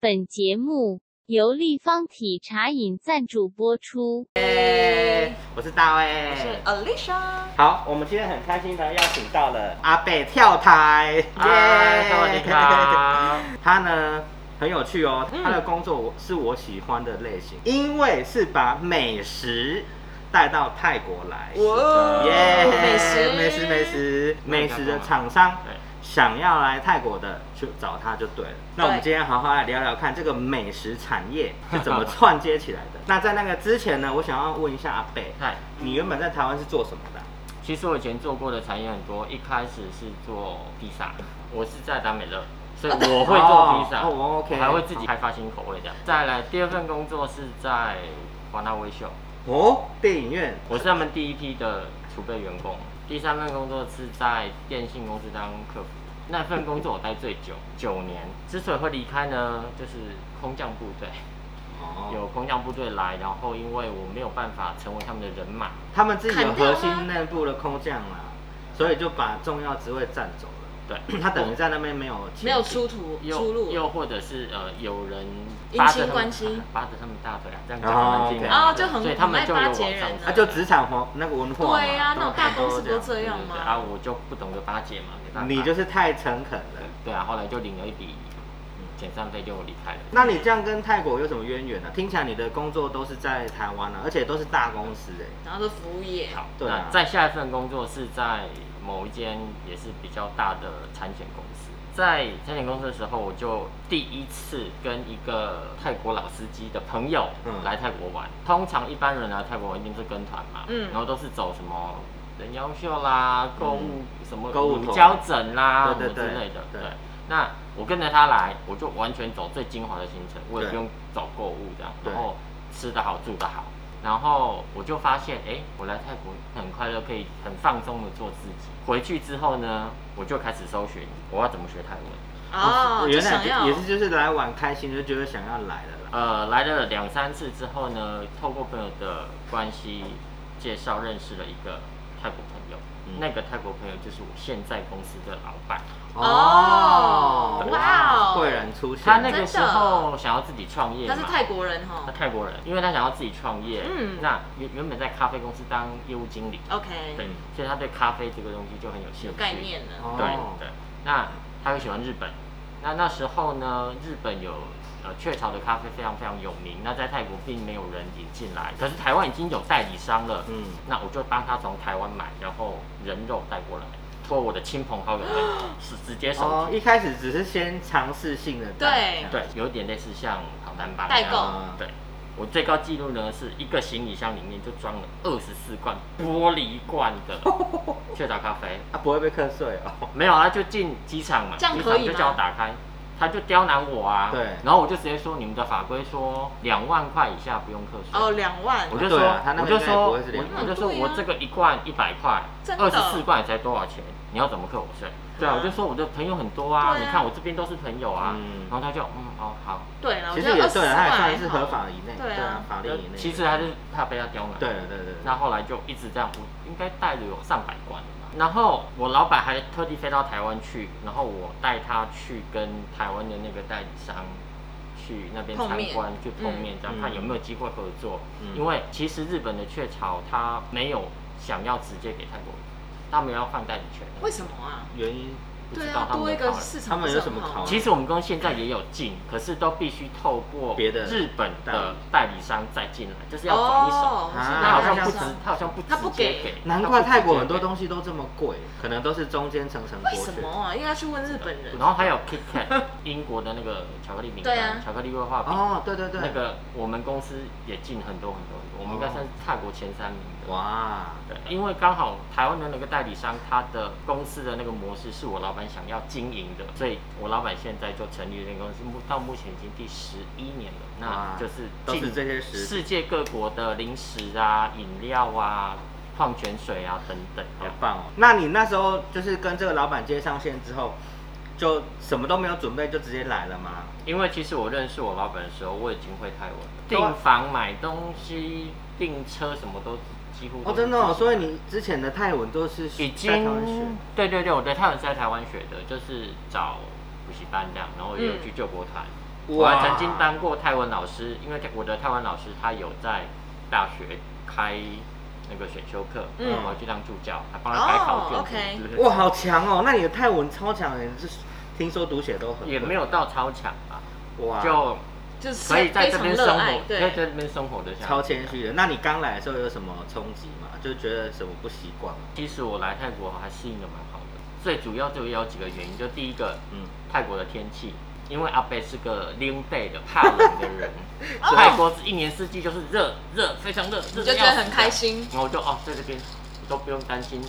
本节目由立方体茶饮赞助播出。哎，我是大我是卫。 Alicia，好，我们今天很开心的邀请到了阿贝跳台，啊嗨耶萨瓦迪卡 他呢很有趣哦，嗯他的工作我是我喜欢的类型，因为是把美食带到泰国来。哇耶、美食美食美食美食的厂商对，想要来泰国的去找他就对了。那我们今天好好来聊聊看这个美食产业是怎么串接起来 的。那在那个之前呢，我想要问一下阿贝，嗨，你原本在台湾是做什么的啊？其实我以前做过的产业很多，一开始是做披萨，我是在达美乐，所以我会做披萨，哦哦，OK 我还会自己开发新口味的。再来第二份工作是在华纳微秀，哦，电影院。我是他们第一批的储备员工。第三份工作是在电信公司当客服，那份工作我待最久，九年。之所以会离开呢，就是空降部队，哦，有空降部队来，然后因为我没有办法成为他们的人马，他们自己有砍掉核吗心内部的空降啦，所以就把重要职位占走了。对他等于在那边没有前没有进出途出又又路或者是呃有人姻扒着亲他们关系扒着他们大腿啊，这样讲很难哦，OK 听啊，对啊就很所以他们就有往很上爱巴结人啊啊，就职场黄那个文化嘛。对啊那种大公司不都是这样这对对样对吗啊，我就不懂得巴结嘛，没办法。你就是太诚恳了。对啊，后来就领了一笔嗯遣散费就离开了。那你这样跟泰国有什么渊源呢、啊听起来你的工作都是在台湾啊，而且都是大公司哎、然后是服务业，好，对啊那再下一份工作是在某一间也是比较大的产险公司。在产险公司的时候，我就第一次跟一个泰国老司机的朋友嗯来泰国玩。通常一般人来泰国玩一定是跟团嘛，嗯然后都是走什么人妖秀啦、购物、什么嗯购物团乳胶枕啦对对什么之对类的。对对，那我跟着他来，我就完全走最精华的行程，我也对不用走购物这样，对然后吃得好，住得好。然后我就发现，哎，我来泰国很快乐，可以很放松的做自己。回去之后呢，我就开始搜寻我要怎么学泰文。哦，我就原来想要就也是就是来玩开心，就觉得想要来了啦。呃，来了两三次之后呢，透过朋友的关系介绍认识了一个泰国朋友，嗯那个泰国朋友就是我现在公司的老板。哦哇哦贵人出现，他那个真的时候想要自己创业嘛，他是泰国人哈他泰国人，因为他想要自己创业。嗯那原原本在咖啡公司当业务经理，对，OK，，所以他对咖啡这个东西就很有兴有趣。概念了，哦对对，那他又喜欢日本，那那时候呢，日本有呃雀巢的咖啡非常非常有名，那在泰国并没有人引进来，可是台湾已经有代理商了，嗯那我就帮他从台湾买，然后人肉带过来，托我的亲朋好友们 是直接手哦，提，一开始只是先尝试性的带对对，有点类似像跑单吧代那样购嗯啊对。我最高纪录呢，是一个行李箱里面就装了二十四罐玻璃罐的 雀巢咖啡，啊，不会被课税哦。没有啊，就进机场嘛，这样机可以场吗就叫我打开，他就刁难我啊。对然后我就直接说你们的法规说两万块以下不用课税。哦，两万，我就对说，啊他那我个就应该说，不我会是两万我就说对啊我这个一罐一百块，真的二十四罐才多少钱？你要怎么克我税？对啊，嗯我就说我的朋友很多啊，对啊你看我这边都是朋友啊。嗯然后他就嗯哦好，对了，我其觉实得也二十对万啊，他也算是还好合法以内，对啊对啊，法律以内。其实他就是怕被他刁难。对啊对对对，那后来就一直这样，我应该带了有上百罐了吧。然后我老板还特地飞到台湾去，然后我带他去跟台湾的那个代理商去那边参碰面观，去碰面，这样嗯看有没有机会合作。嗯因为其实日本的雀巢它没有想要直接给泰国人，他们要放代理权的。为什么啊？原因不对知道啊，他们多一的个考量市他场不们是有很好，什么考虑其实我们公司现在也有进，可是都必须透过别的日本的代理商再进来，就是要转一手。哦，啊他好像不知直，他好像不直接他不给给，难怪泰国很多西。东西都这么贵，可能都是中间层层剥为什削么。啊？应该去问日本人，然后还有 Kit Kat，英国的那个巧克力饼干，对啊巧克力威化饼，哦，对对对，哦那个我们公司也进很多很多很多，我们应该算是泰国前三名的。哇，对，因为刚好台湾的那个代理商，他的公司的那个模式是我老板想要经营的，所以我老板现在就成立了这个公司，目到目前已经第十一年了，哇那就是都是进这些食世界各国的零食啊、饮料啊、矿泉水啊等等好这样。棒哦！那你那时候就是跟这个老板接上线之后，就什么都没有准备就直接来了吗？因为其实我认识我老板的时候，我已经会泰文了，对啊订房、买东西、订车什么都几乎都哦，是真的、哦，自己所以你之前的泰文都是已在台湾学经对对对，我对泰文是在台湾学的，就是找补习班这样，然后也有去救国团，我嗯还哇曾经当过泰文老师，因为我的泰文老师他有在大学开那个选修课，嗯我去当助教，还帮他开考卷哦，OK 之类 的哇，好强哦！那你的泰文超强的，你是听说读写都很也没有到超强吧，有哇，就就是可以非在这常边热生爱活，，可以在对，这边生活的下来。超谦虚的。那你刚来的时候有什么冲击吗？就觉得什么不习惯吗？其实我来泰国还适应的蛮好的，最主要就有几个原因，就第一个，嗯，泰国的天气，因为阿贝是个拎背的怕冷的人， 哦泰国一年四季就是热热，非常热，热你就觉得很开。心然后我就哦，在这边我都不用担心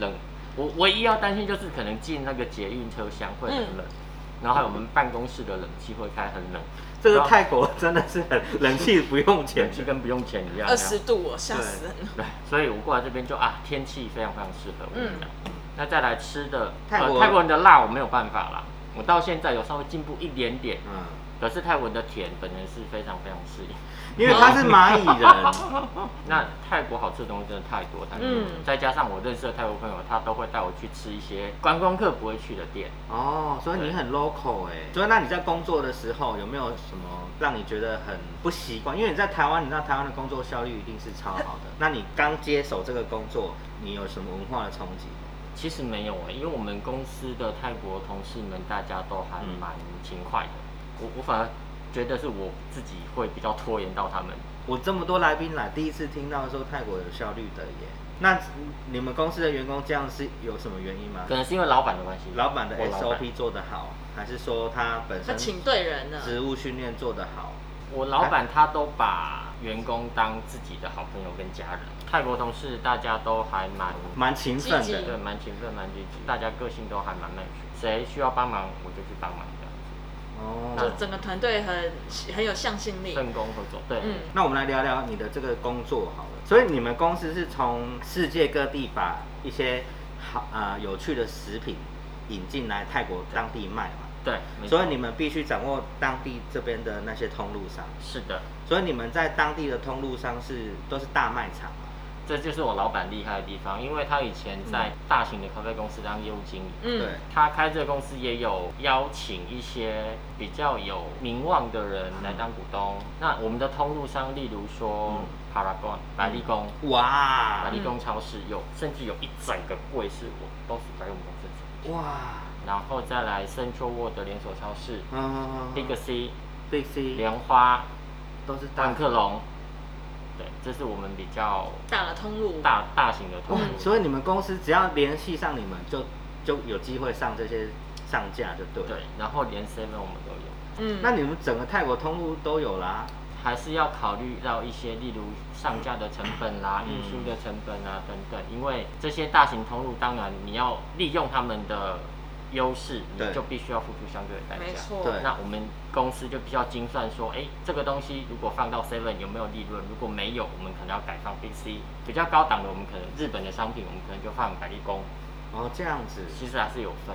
冷，我唯一要担心就是可能进那个捷运车厢会很冷，嗯然后还有我们办公室的冷气会开很冷，这个泰国真的是很冷气不用钱 冷，气跟不用钱一样。二十度哦，吓死人了。对，所以我过来这边就啊，天气非常非常适合我们嗯的。那再来吃的，呃泰国泰国人的辣我没有办法啦，我到现在有稍微进步一点点，嗯，可是泰文的甜本人是非常非常适应。因为他是蚂蚁 人，那泰国好吃的东西真的太多太多，嗯再加上我认识的泰国朋友，他都会带我去吃一些观光客不会去的店。哦，所以你很 local 哎、所以那你在工作的时候有没有什么让你觉得很不习惯？因为你在台湾，你知道台湾的工作效率一定是超好的。那你刚接手这个工作，你有什么文化的冲击？其实没有诶、因为我们公司的泰国同事们大家都还嗯蛮勤快的，我我反而觉得是我自己会比较拖延到他们。我这么多来宾来，第一次听到说泰国有效率的耶。那你们公司的员工这样是有什么原因吗？可能是因为老板的关系，老板的我老板 SOP 做得好，还是说他本他身请对人了，职务训练做得好？我老板他都把员工当自己的好朋友跟家人。泰国同事大家都还蛮蛮勤奋积极的对，蛮勤奋，蛮积极，大家个性都还蛮 match，谁需要帮忙我就去帮忙这样子，就哦。整个团队很很有向心力。分工合作。对，嗯，那我们来聊聊你的这个工作好了。所以你们公司是从世界各地把一些好呃有趣的食品引进来泰国当地卖嘛，对，没错所以你们必须掌握当地这边的那些通路商。是的，所以你们在当地的通路上是都是大卖场嘛？这就是我老板厉害的地方，因为他以前在嗯大型的咖啡公司当业务经理。对嗯，他开这个公司也有邀请一些比较有名望的人来当股东。那我们的通路商，例如说嗯 Paragon、百丽宫、百哇丽宫超市有，嗯甚至有一整个柜是我都是在我们公司做。哇，然后再来 Central World 的连锁超市、嗯 Big C、 Big C 莲花、都是大万客隆，对，这是我们比较大的通路，大大型的通哇，路。嗯所以你们公司只要联系上你们就，就有机会上这些上架就对了。对，然后连 Seven 我们都有，嗯，那你们整个泰国通路都有啦。还是要考虑到一些，例如上架的成本啦、嗯运输的成本啊等等，因为这些大型通路，当然你要利用他们的优势，对你就必须要付出相对的代没价。错，对呃那我们公司就必须要精算说，哎，这个东西如果放到 Seven 有没有利润？如果没有，我们可能要改放 BC。比较高档的，我们可能日本的商品，我们可能就放百丽宫。哦，这样子。其实还是有分，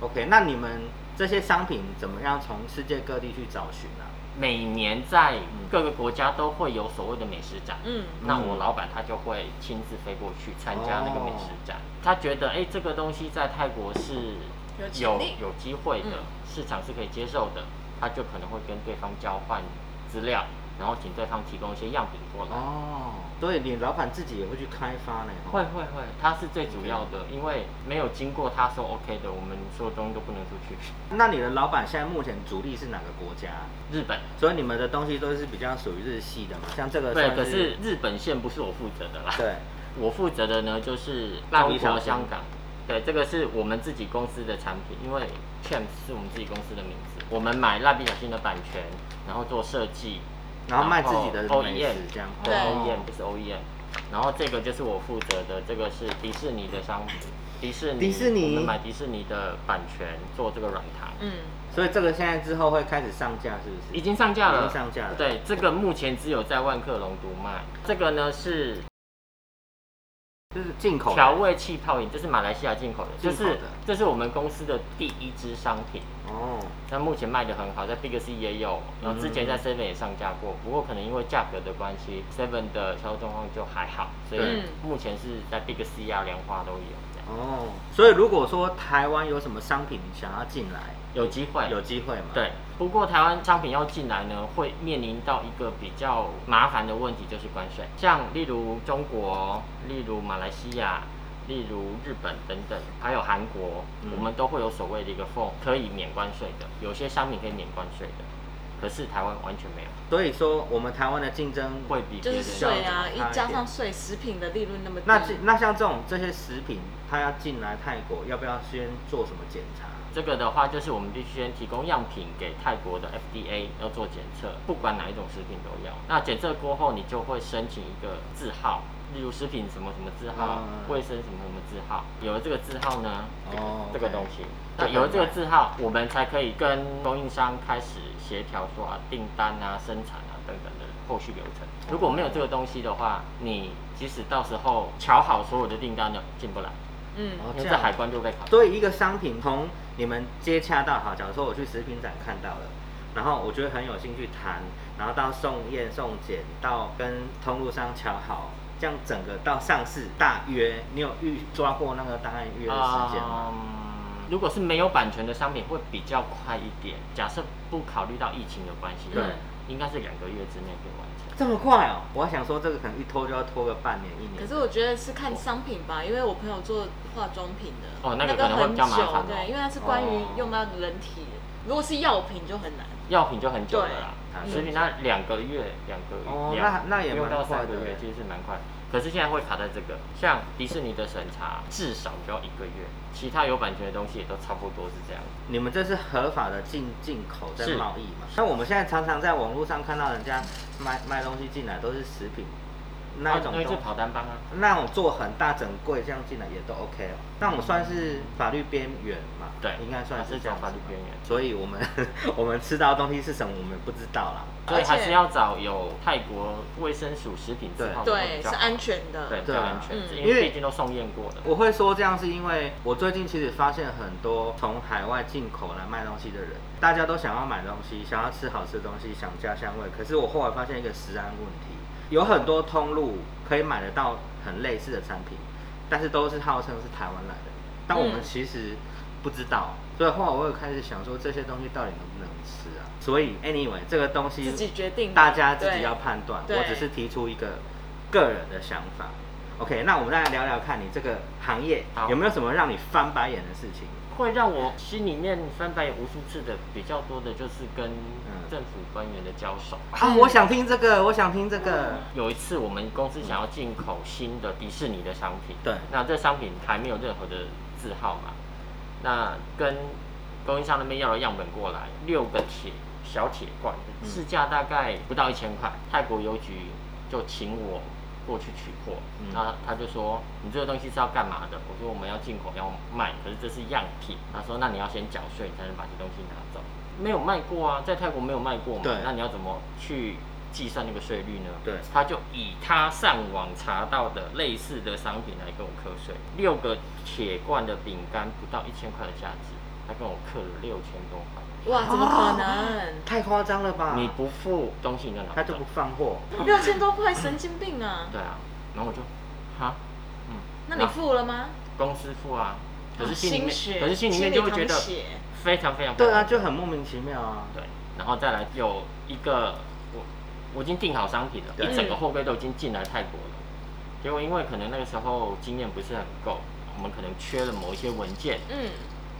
OK，那你们这些商品怎么样从世界各地去找寻啊？每年在各个国家都会有所谓的美食展。嗯，那我老板他就会亲自飞过去参加那个美食展，他觉得哎、诶这个东西在泰国是哦有潜有力有机会的嗯，市场是可以接受的，他就可能会跟对方交换资料，然后请对方提供一些样品过来。哦，所以你老板自己也会去开发呢？哦会会会，它是最主要的，因为没有经过他说 OK 的，我们所有东西都不能出去。那你的老板现在目前主力是哪个国家啊、 日本所以你们的东西都是比较属于日系的嘛，像这个对，算可是日本线不是我负责的啦，对我负责的呢就是蜡中笔小国、新香港。对，这个是我们自己公司的产品，因为 Champs 是我们自己公司的名字，我们买蜡笔小新的版权，然后做设计，然后卖自己的美 OEM 食这样 E 对 E 哦 OEM 就是 OEM，然后这个就是我负责的，这个是迪士尼的商品，迪士尼迪士尼我们买迪士尼的版权做这个软糖，嗯，所以这个现在之后会开始上架，是不是？已经上架了，已经上架了对，这个目前只有在万客隆独卖。这个呢是就是进口的调味气泡饮，这是马来西亚进口的，进这口的是这是我们公司的第一支商品。哦，那目前卖的很好，在 Big C 也有，然后之前在嗯 Seven 也上架过，不过可能因为价格的关系，Seven 的销售状况就还好，所以嗯目前是在 Big C 啊、莲花都有这样。哦，所以如果说台湾有什么商品想要进来，有机会，有机会嘛？，对。不过台湾商品要进来呢，会面临到一个比较麻烦的问题，就是关税。像例如中国，例如马来西亚。例如日本等等，还有韩国，嗯我们都会有所谓的一个 f o 可以免关税的，有些商品可以免关税的，可是台湾完全没有，所以说我们台湾的竞争会比就别是人税啊，比一别人加上税，食品的利润那么低，那这那像这种这些食品，它要进来泰国，要不要先做什么检查？这个的话，就是我们必须先提供样品给泰国的 FDA 要做检测，不管哪一种食品都要。那检测过后，你就会申请一个字号，例如食品什么什么字号，嗯卫生什么什么字号。有了这个字号呢，这个、哦这个 OK 东西，这那个有了这个懂字号，我们才可以跟供应商开始协调说啊订单啊、生产啊等等的后续流程。如果没有这个东西的话，你即使到时候瞧好所有的订单呢，进不来，嗯，哦因为在海关就被卡。所以一个商品从你们接洽到好，假如说我去食品展看到了，然后我觉得很有兴趣谈，然后到送验送检，到跟通路商瞧好，这样整个到上市大约，你有预抓过那个档案预约的时间啊吗？嗯如果是没有版权的商品，会比较快一点。假设不考虑到疫情的关嗯系，对，应该是两个月之内可以完成。这么快哦！我还想说这个可能一拖就要拖个半年一年。可是我觉得是看商品吧，因为我朋友做化妆品的，哦那个可能会很比久较麻烦哦，哦对，因为它是关于哦用到人体的，如果是药品就很难。药品就很久了啦，对食品那两个月，两个月，哦两那那也六蛮到快三的个耶月，其实是蛮快。可是现在会卡在这个，像迪士尼的审查至少就要一个月，其他有版权的东西也都差不多是这样。你们这是合法的进进口在是贸易嘛？那我们现在常常在网络上看到人家卖卖东西进来都是食品，那一种哦啊因为东是跑单帮啊，那种做很大整柜这样进来也都 OK 哦。那我们算是法律边缘嘛？对应该算它是是这样走子法律嘛边缘所以我们 我们吃到的东西是什么，我们也不知道啦。所以还而且是要找有泰国卫生署食品字号的会对，比是较好安全的。对，比对较啊安全，嗯因因为为毕竟都送验过了。我会说这样是因为我最近其实发现很多从海外进口来卖东西的人，大家都想要买东西，想要吃好吃的东西，想家乡味。可是我后来发现一个食安问题，有很多通路可以买得到很类似的产品，但是都是号称是台湾来的，但我们嗯其实不知道。所以后来我有开始想说这些东西到底能不能吃啊？所以 anyway 这个东西自己决定的大家自己对要判断。对我只是提出一个个人的想法。OK，那我们再来聊聊看你这个行业好有没有什么让你翻白眼的事情？会让我心里面翻白眼无数次的比较多的就是跟嗯政府官员的交手。啊，我想听这个，我想听这个。有一次我们公司想要进口新的迪士尼的商品，对那这商品还没有任何的字号嘛，那跟供应商那边要了样本过来，六个铁小铁罐，嗯市价大概不到一千块，泰国邮局就请我过去取货，嗯那他就说你这个东西是要干嘛的？我说我们要进口要卖，可是这是样品，他说那你要先缴税，你才能把这东西拿走，没有卖过啊，在泰国没有卖过嘛对，那你要怎么去？计算那个税率呢？对他就以他上网查到的类似的商品来跟我课税，六个铁罐的饼干不到一千块的价值，他跟我课了六千多块。哇，怎么可能？太夸张了吧？你不付东西，你就拿啊他走就不放货。哦六千多块，神经病啊！对啊，然后我就，哈，嗯，那你付了吗？公司付啊，可是啊心里面，心血可是心里面就会觉得心里淌血非常非常对啊，就很莫名其妙啊。 对，然后再来有一个我我已经订好商品了，对一整个货柜都已经进来泰国了，结果因为可能那个时候经验不是很够，我们可能缺了某一些文件，嗯，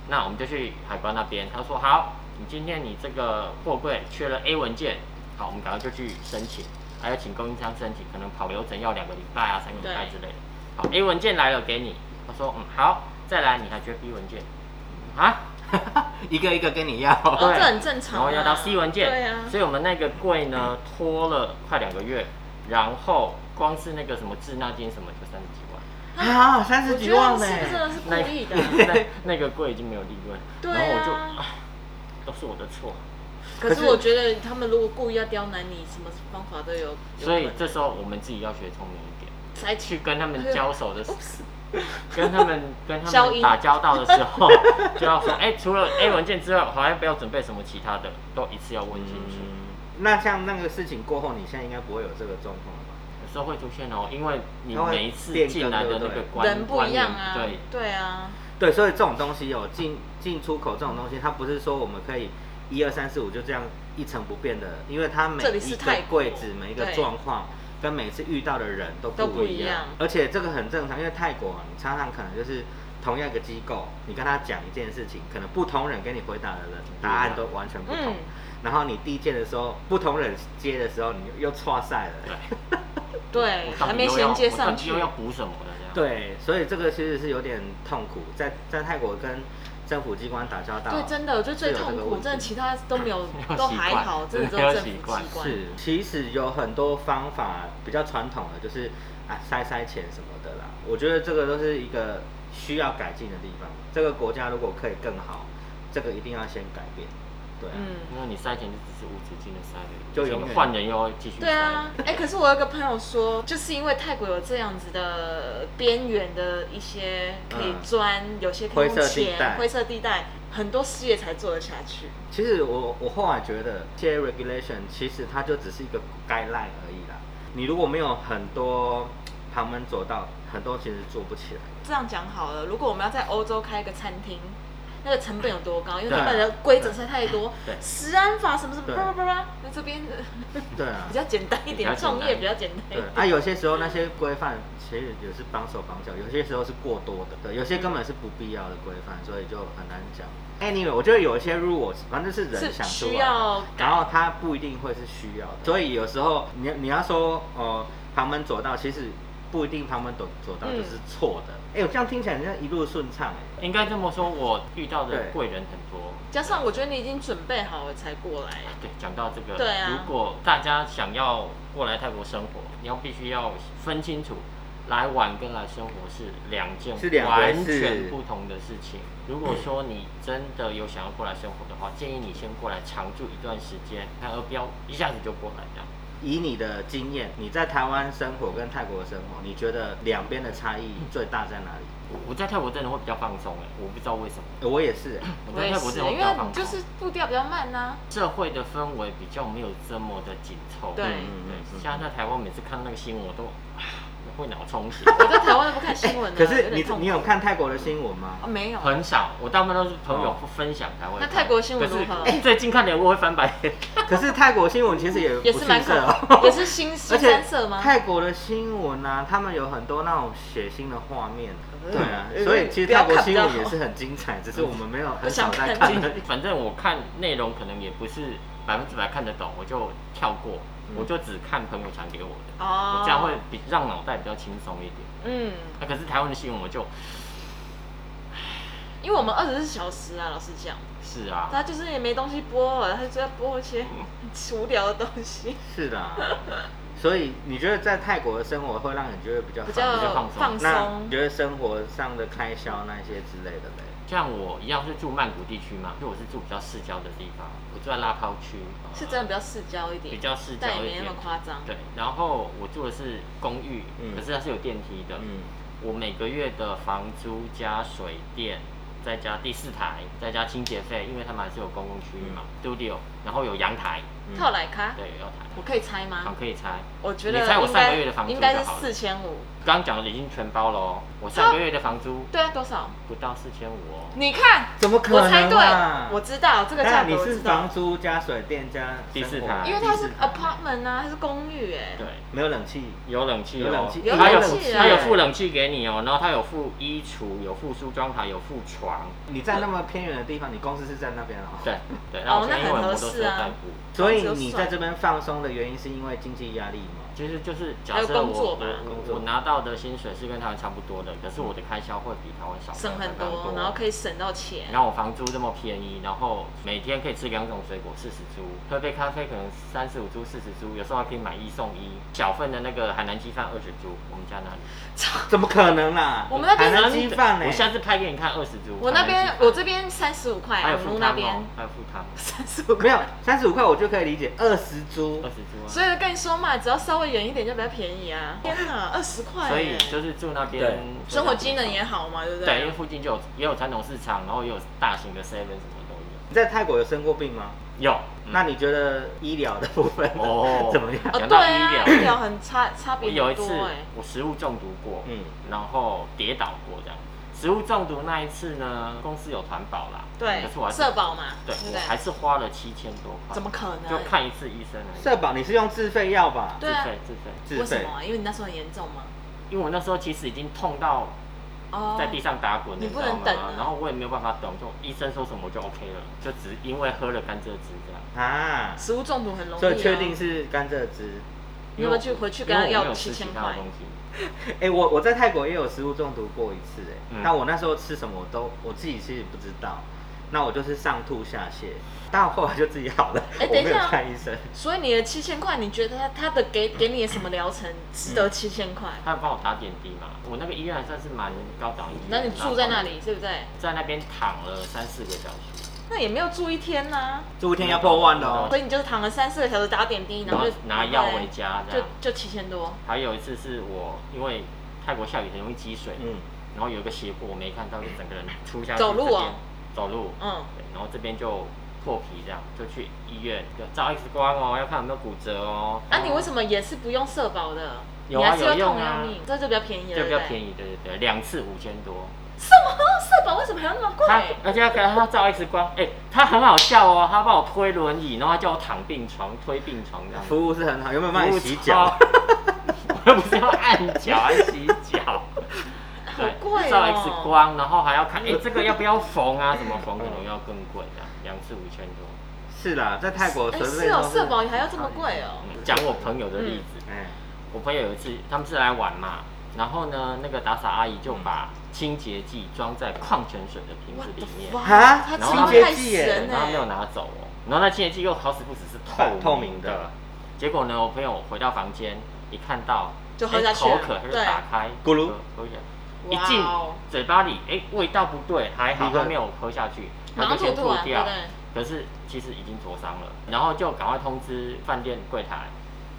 那我们就去海关那边，他说好，你今天你这个货柜缺了 A 文件，好，我们赶快就去申请，还要请供应商申请，可能跑流程要两个礼拜啊，三个礼拜之类的。好，A 文件来了给你，他说嗯好，再来你还缺 B 文件，啊？一个一个跟你要。哦这很正常啊然后要到 C 文件，对啊所以我们那个柜呢拖了快两个月，然后光是那个什么滞纳金什么就三十几万。 啊，三我十觉几得他万们呢、是不是真的是故那意的？那 那个柜已经没有利润，对啊然后我就、啊都是我的错，可是我觉得他们如果故意要刁难你，什么方法都有。 所以这时候我们自己要学聪明一点，才去跟他们交手的时候， Oops，跟他们跟他哎消们音打交道的时 候，就要说，哎、除了 A 文件之外，我还要不要准备什么其他的，都一次要问清楚。嗯，那像那个事情过后，你现在应该不会有这个状况了吧？有时候会出现哦，因为你它会每一次进来的那个变更关人不一样关啊联对，对啊，对，所以这种东西有进进出口这种东西，它不是说我们可以一二三四五就这样一成不变的，因为它每这里一是个泰国柜子、每一个对状况跟每次遇到的人都都不不一一样而且这个很正常，因为泰国、啊、你常常可能就是同样一个机构，你跟他讲一件事情，可能不同人给你回答的人答案都完全不同。嗯，然后你递件的时候，不同人接的时候，你又又错赛了。对，对，我到还底没又衔要接我到上底去又。要补什么的这样。对，所以这个其实是有点痛苦，在在泰国跟政府机关打交道，对，真的，我觉得最痛是有这个苦，问题真的其他都没有 没有习，惯都还好，真的只没有有政府习机惯关。是，其实有很多方法比较传统的，就是啊塞塞钱什么的啦。我觉得这个都是一个需要改进的地方。这个国家如果可以更好，这个一定要先改变。对啊，嗯，因为你塞钱就只是无止境的塞而已，就永远换人又要继续啊塞。对啊，哎、可是我有个朋友说，就是因为泰国有这样子的边缘的一些可以嗯钻，有些可以用灰色地带钱，灰色地带，很多事业才做得下去。其实我我后来觉得，这些 regulation 其实它就只是一个 guideline 而已啦。你如果没有很多旁门左道，很多其实做不起来。这样讲好了，如果我们要在欧洲开一个餐厅，那个成本有多高？因为对他啊们的规则实在太多对，食安法什么什么，对叭叭叭叭，那这边呃对啊比，较简单一点，比较简单创业比较简单一对点。啊，有些时候那些规范其实也是帮手帮脚，有些时候是过多的，对，有些根本是不必要的规范，所以就很难讲。Anyway，我觉得有一些 rules，反正是人是想出需来的，要然后它不一定会是需要的，所以有时候你你要说呃旁门左道，其实不一定旁门左左道就是错的。嗯哎、我这样听起来人家一路顺畅哎。应该这么说，我遇到的对贵人很多。加上我觉得你已经准备好了才过来，对，讲到这个，对啊如果大家想要过来泰国生活，你要必须要分清楚，来玩跟来生活是两件是两回完事全不同的事情。如果说你真的有想要过来生活的话，建议你先过来常住一段时间，看而不要一下子就过来这样。以你的经验，你在台湾生活跟泰国生活，你觉得两边的差异最大在哪里？我我在泰国真的会比较放松哎、我不知道为什么，哎我也是、哎我我在也泰国是，真的会因比为较放松，就是步调比较慢啊呐、社会的氛围比较没有这么的紧凑。对对，像在台湾每次看那个新闻，我都啊会脑充血。我在台湾都不看新闻、啊可是有你点痛苦你有看泰国的新闻吗哦？没有？很少，我大部分都是朋友分享才会哦看。那泰国新闻如何可是最近看点我会翻白眼，可是泰国新闻其实也 也不是逊蛮恐色 哦。怖，也 是新新而且三色吗？泰国的新闻啊，他们有很多那种血腥的画面，嗯对啊嗯，所以其实不要泰看国新比闻较也好是很精彩， 只是我们没有很想少在看 看而已。反正我看内容可能也不是百分之百看得懂，我就跳过，嗯我就只看朋友传给我的，哦我这样会比让脑袋比较轻松一点。嗯，那、可是台湾的新闻我就因为我们二十四小时啊，老实讲，是啊，他就是也没东西播了，他就要播一些无聊的东 西，是的啊，所以你觉得在泰国的生活会让你觉得比较比好较较放松放那松你。觉得生活上的开销那些之类的嘞？像我一样是住曼谷地区嘛，因为我是住比较市郊的地方，我住在拉抛区，呃是真的比较市郊一点，比较市郊但也一没点那么夸张。对，然后我住的是公寓，嗯可是它是有电梯的，嗯，我每个月的房租加水电，再加第四台，再加清洁费，因为他们还是有公共区域嘛、s t u d i o 然后有阳台，嗯套来卡，对，有台，我可以猜好吗？可以猜。我觉得你猜我应该上个月的房租应该是就好了四千五，刚刚讲的已经全包了哦，我上个月的房租对啊，多少？不到四千五哦，你看，怎么可我能、啊？猜对，我知道这个那价格你我是知道房，租加水电加第生四活台因为它第是四台 apartment 啊，它是公寓哎，对，没有冷气，有冷气哦，有冷气有它有冷气啊它有附冷气给你哦，然后它有附衣橱，有附梳妆台，有附床，你在那么偏远的地方，你公司是在那边哦。。对对，然后我那现在因为很合我都是适啊在补。所以你在这边放松的原因是因为经济压力吗？其实就是假还有设我工作吧我工我作我拿到的薪水是跟台湾差不多的，可是我的开销会比台湾少省很刚刚多，然后可以省到钱。然后我房租这么便宜，然后每天可以吃两种水果四十株，喝杯咖啡可能三十五株四十株，有时候还可以买一送一，小份的那个海南鸡饭二十株，我们家那里。 怎么可能啦？我们那边海南鸡饭欸呢？我下次拍给你看二十株。我那海边南鸡饭我这边三十五块，啊还有我附们汤那哦边，还有附汤，三十五， 没有三十五块我就可以理解，二十株二十株啊。所以跟你说嘛，只要稍微远一点就比较便宜啊。天哪，二十块耶，欸所以就是住那边对，生活机能也好嘛，对不啊对，因为对？附近就有也有传统市场，然后也有大型的 seven 什么都有。你在泰国有生过病吗？有，那你觉得医疗的部分嗯哦 怎么样？哦，讲对到啊，医疗医疗很差差我别有一很次多哎。我食物中毒过，嗯然后跌倒过这样，食物中毒那一次呢，公司有团保啦，对可是我，还是社保嘛，对不我还对？是花了七千多块，怎么可能？就看一次医生而已，社保你是用自费药吧？对啊自费自费，自为什费么啊？因为你那时候很严重吗？因为我那时候其实已经痛到哦，在地上打滚，你知不道能吗等啊？然后我也没有办法等，就医生说什么我就 OK 了，就只因为喝了甘蔗汁这样。啊？食物中毒很容易、啊。所以确定是甘蔗汁。你有没有去回去跟他因为我没要有吃其7000他块的东西，哎、我我在泰国也有食物中毒过一次、哎、嗯但我那时候吃什么我都我自己其实不知道，那我就是上吐下泻，但后来就自己好了，哎 我等一没有下看医生。所以你的七千块，你觉得他他的给给你的什么疗程值得七千块？他有帮我打点滴嘛。我那个医院还算是蛮高档医院。那你住在那？里，对不对？在那边躺了三四个小时，那也没有住一天呐、住一天要破万的哦所，以你就躺了三四个小时打点滴，然然后后就拿药回，家这就样。就七千多。还有一次是我因为泰国下雨很容易积水，嗯，然后有一个斜坡我没看到，就整个人出下去走路这边哦走路，嗯，对，然后这边就破皮这样，就去医院就照 X 光哦，要看有没有骨折哦。啊，你为什么？么也是不用社保的？有你啊还是要有用痛啊要命，这就比较便宜了，就比较宜。便宜，对对对，两次五千多。什么哦社保为什么还要那么贵？哎他而且他给他照 X 光，哎、他很好笑哦，他帮我推轮椅，然后他叫我躺病床，推病床这样。服务是很好，有没有帮你洗脚？服务 超？我又不是要按脚，还洗脚。好对贵哦嗯照 X 光，然后还要看，哎、这个要不要缝啊？怎么缝可能要更贵的，两次五千多。是啦，在泰国哎、随是便哦都，社保还要这么贵哦。嗯讲我朋友的例子，哎、我朋友有一次他们是来玩嘛，然后呢，那个打扫阿姨就把清洁剂装在矿泉水的瓶 What 子 the 里面 fuck？哈他嗯然后吃他害们死戒人耶呢、然后没有拿走哦，然后那清洁剂又好死不死是透透明明的的。结果呢，我朋友回到房间一看到，就哎喝下去了口渴他就对打开，咕噜喝喝下一哇进哦嘴巴里，哎，味道不对，还好立刻他没有喝下去，马他上就先吐吐完，对掉不。对？可是其实已经灼伤了，然后就赶快通知饭店柜台，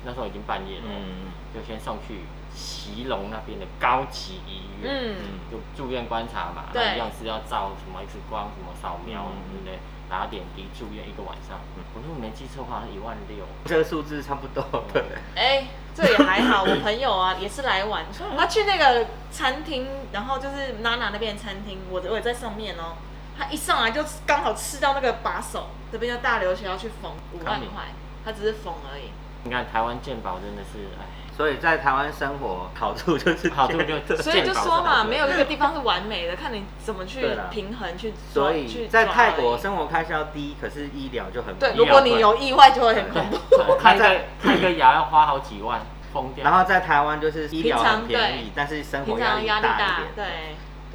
那时候已经半夜了，嗯就先送去席隆那边的高级医院。嗯，嗯，就住院观察嘛，对那一样是要照什么 X 光、什么扫描，嗯对不对？打点滴住院一个晚上，我如果没记错，好像一万六。这个数字差不多，对，哎、这也还好。我朋友啊，也是来玩，他去那个餐厅，然后就是娜娜那边的餐厅，我我也在上面哦。他一上来就刚好吃到那个把手，这边就大流血要去缝五万康宁块，嗯他只是缝而已。你看台湾健保真的是，哎， 所以在台湾生活好处就是好处就所以就说嘛，没有一。健保是好个地方是完美的，看你怎么去对啦平衡去抓所去以抓在泰而国已生活开销低，可是医疗就很对，低如果你有意外就会 很恐怖。的我看一那个在看一个牙要花好几万，疯掉。然后在台湾就是医疗啊平常很便宜，但是生活平压常力压力大大一，点。对，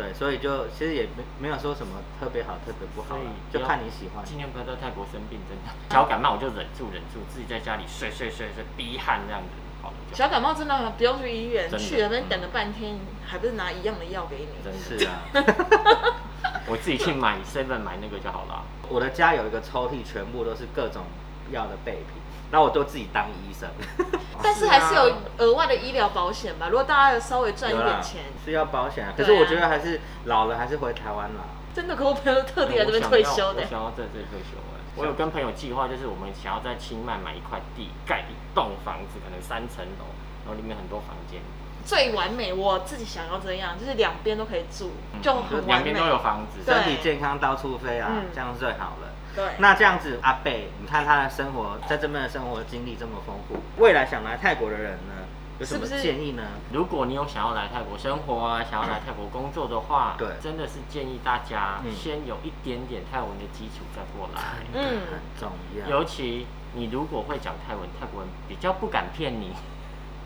对，所以就其实也没没有说什么特别好、特别不好所啦以，就看你喜欢。尽量不要在泰国生病，真的。小感冒我就忍住忍住，自己在家里睡睡睡睡，逼汗这样子，好了就小感冒真的不用去医院，真的去那边等了半天，还不是拿一样的药给你。真的。是啊， 我自己去买 seven 买那个就好了。我的家有一个抽屉，全部都是各种药的备品，那我就自己当医生。但是还是有额外的医疗保险吧，如果大家有稍微赚一啊有啦点钱，是要保险啊，可对啊是我觉得还是老了还是回台湾啦。真的，可我朋友特地来这边退休的我，想要在这里退休哎、我有跟朋友计划，就是我们想要在清迈买一块地，盖一栋房子，可能三层楼，然后里面很多房间，最完美。我自己想要这样，就是两边都可以住，嗯就很两完美边。都有房子。对身体健康到处飞啊，嗯这样最好了。对，那这样子，阿贝，你看他的生活在这边的生活经历这么丰富，未来想来泰国的人呢，有什么是不是建议呢？如果你有想要来泰国生活啊，想要来泰国工作的话，对真的是建议大家嗯先有一点点泰文的基础再过来。嗯很重要。尤其你如果会讲泰文，泰国人比较不敢骗你。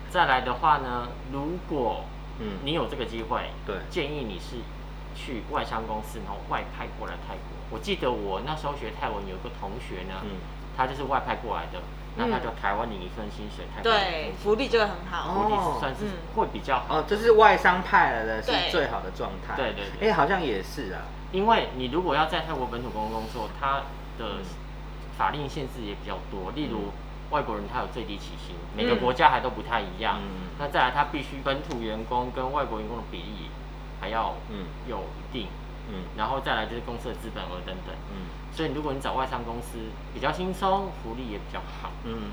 再来的话呢，如果嗯你有这个机会，对建议你是去外商公司，然后外派过来泰国。我记得我那时候学泰文有一个同学呢，嗯，他就是外派过来的，那他嗯就台湾领一份薪水，泰国领对一份，薪福利就会很好。哦水，福利算是嗯会比较好。哦，就是外商派来的是对最好的状态。对对对哎、好像也是啊。因为你如果要在泰国本土工工作，它嗯的法令限制也比较多，例如嗯外国人他有最低起薪，每个国家还都不太一样。嗯那再来，他必须本土员工跟外国员工的比例还要嗯有一定，嗯然后再来就是公司的资本额等等。嗯所以如果你找外商公司，比较轻松，福利也比较好。嗯嗯，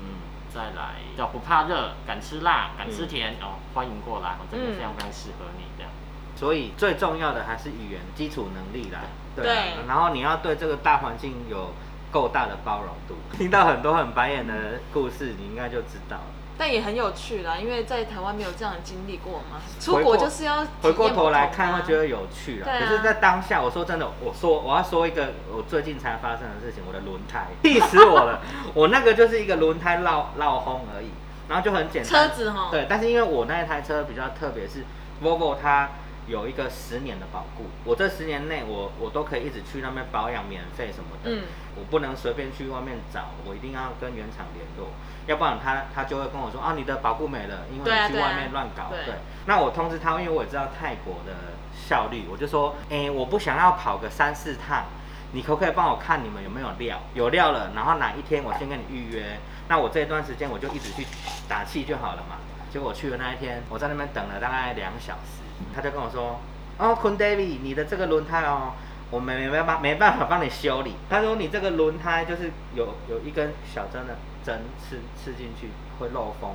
再来，要嗯哦不怕热，敢吃辣，敢吃甜、哦，欢迎过来，真的嗯非常非常适合你这样。所以最重要的还是语言基础能力啦。对啊对然后你要对这个大环境有够大的包容度。听到很多很白眼的故事，你应该就知道了。但也很有趣啦，因为在台湾没有这样的经历过嘛，出回国过就是要体验回过头来不同啊看会觉得有趣啦。对啊可是，在当下，我说真的，我说我要说一个我最近才发生的事情，我的轮胎，气死我了！我那个就是一个轮胎绕绕轰而已，然后就很简单。车子哈，对，但是因为我那一台车比较特别，是 Volvo 它有一个十年的保固，我这十年内我我都可以一直去那边保养免费什么的。嗯，我不能随便去外面找，我一定要跟原厂联络，要不然他他就会跟我说啊，你的保固没了，因为对啊你去对啊外面乱搞。对那我通知他，因为我也知道泰国的效率，我就说，哎、我不想要跑个三四趟，你可不可以帮我看你们有没有料？有料了，然后哪一天我先跟你预约，那我这段时间我就一直去打气就好了嘛。结果我去的那一天，我在那边等了大概两小时，他就跟我说，哦，坤 David，你的这个轮胎哦，我们没办法没办法帮你修理。他说你这个轮胎就是有有一根小针的针刺刺进去会漏风。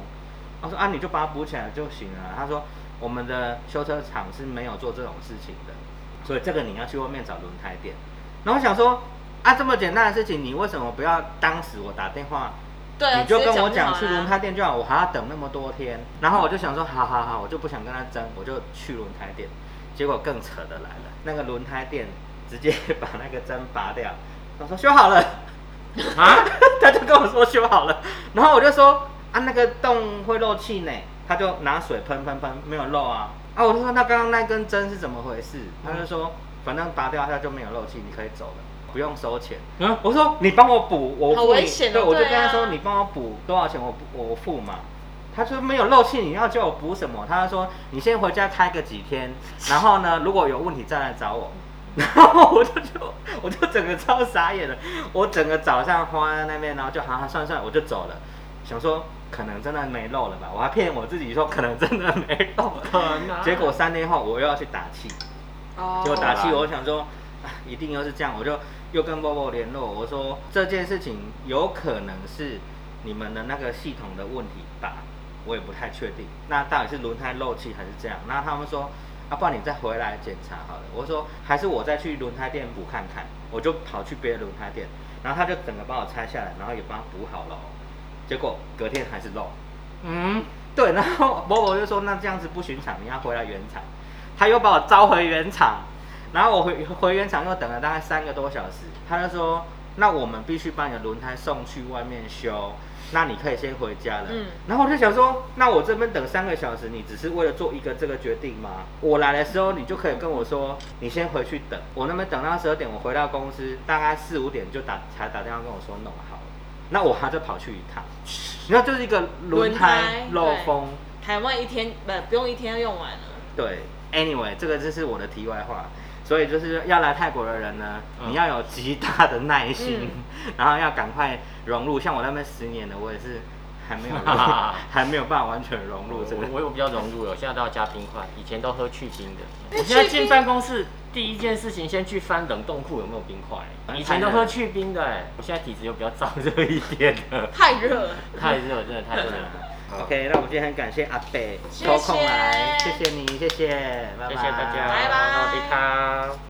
他说啊，你就把它补起来就行了。他说我们的修车厂是没有做这种事情的，所以这个你要去外面找轮胎店。然后我想说啊，这么简单的事情，你为什么不要当时我打电话对啊，你就直接跟我就好讲啦去轮胎店就好，我还要等那么多天。然后我就想说，好好好，我就不想跟他争，我就去轮胎店。结果更扯的来了，那个轮胎店直接 把那个针拔掉，我说修好了，啊， 他就跟我说修好了，然后我就说啊那个洞会漏气呢，他就拿水喷喷喷，没有漏啊。啊，我就说那刚刚那根针是怎么回事？他就说反正拔掉它就没有漏气，你可以走了，不用收钱。嗯，我说你帮我补，我付你好危险哦对，我就对啊跟他说你帮我补多少钱，我不我付嘛。他说没有漏气，你要叫我补什么？他说你先回家开个几天，然后呢，如果有问题再来找我。 然后我就就我就整个超傻眼了，我整个早上花在那边，然后就好好算算，我就走了，想说可能真的没漏了吧，我还骗我自己说可能真的没漏了，可啊能结果三天后我又要去打气，哦，结果打气，我想说，啊一定又是这样，我就又跟 Bobo 联络，我说这件事情有可能是你们的那个系统的问题吧，我也不太确定。那到底是轮胎漏气还是这样？那他们说，啊，不然你再回来检查好了。我说还是我再去轮胎店补看看，我就跑去别的轮胎店，然后他就整个帮我拆下来，然后也帮我补好了哦，结果隔天还是漏。嗯，对，然后伯伯就说：“那这样子不寻常，你要回来原厂。”他又把我招回原厂，然后我回回原厂又等了大概三个多小时。他就说：“那我们必须把你的轮胎送去外面修，那你可以先回家了。”嗯然后我就想说：“那我这边等三个小时，你只是为了做一个这个决定吗？我来的时候，你就可以跟我说，你先回去等。我那边等到十二点，我回到公司，大概四五点就打才打电话跟我说弄好了。那我还再跑去一趟，然后就是一个轮胎轮胎漏风。台湾一天不不用一天用完了。对，anyway，这个就是我的题外话。所以就是要来泰国的人呢，嗯你要有极大的耐心，嗯 然后要赶快融入。像我那边十年的，我也是还没有还没有办法完全融入这个我。我有比较融入了，我现在都要加冰块，以前都喝去冰的。哎我现在去进冰办公室第一件事情先去翻冷冻库有没有冰块，以前都喝去冰的，哎啊我现在体质又比较燥热一点了，太热了，太热真的太热 了。 OK，那我们今天很感谢阿北谢谢抽空来，谢谢你，谢谢，拜谢谢大家，拜拜萨瓦迪卡。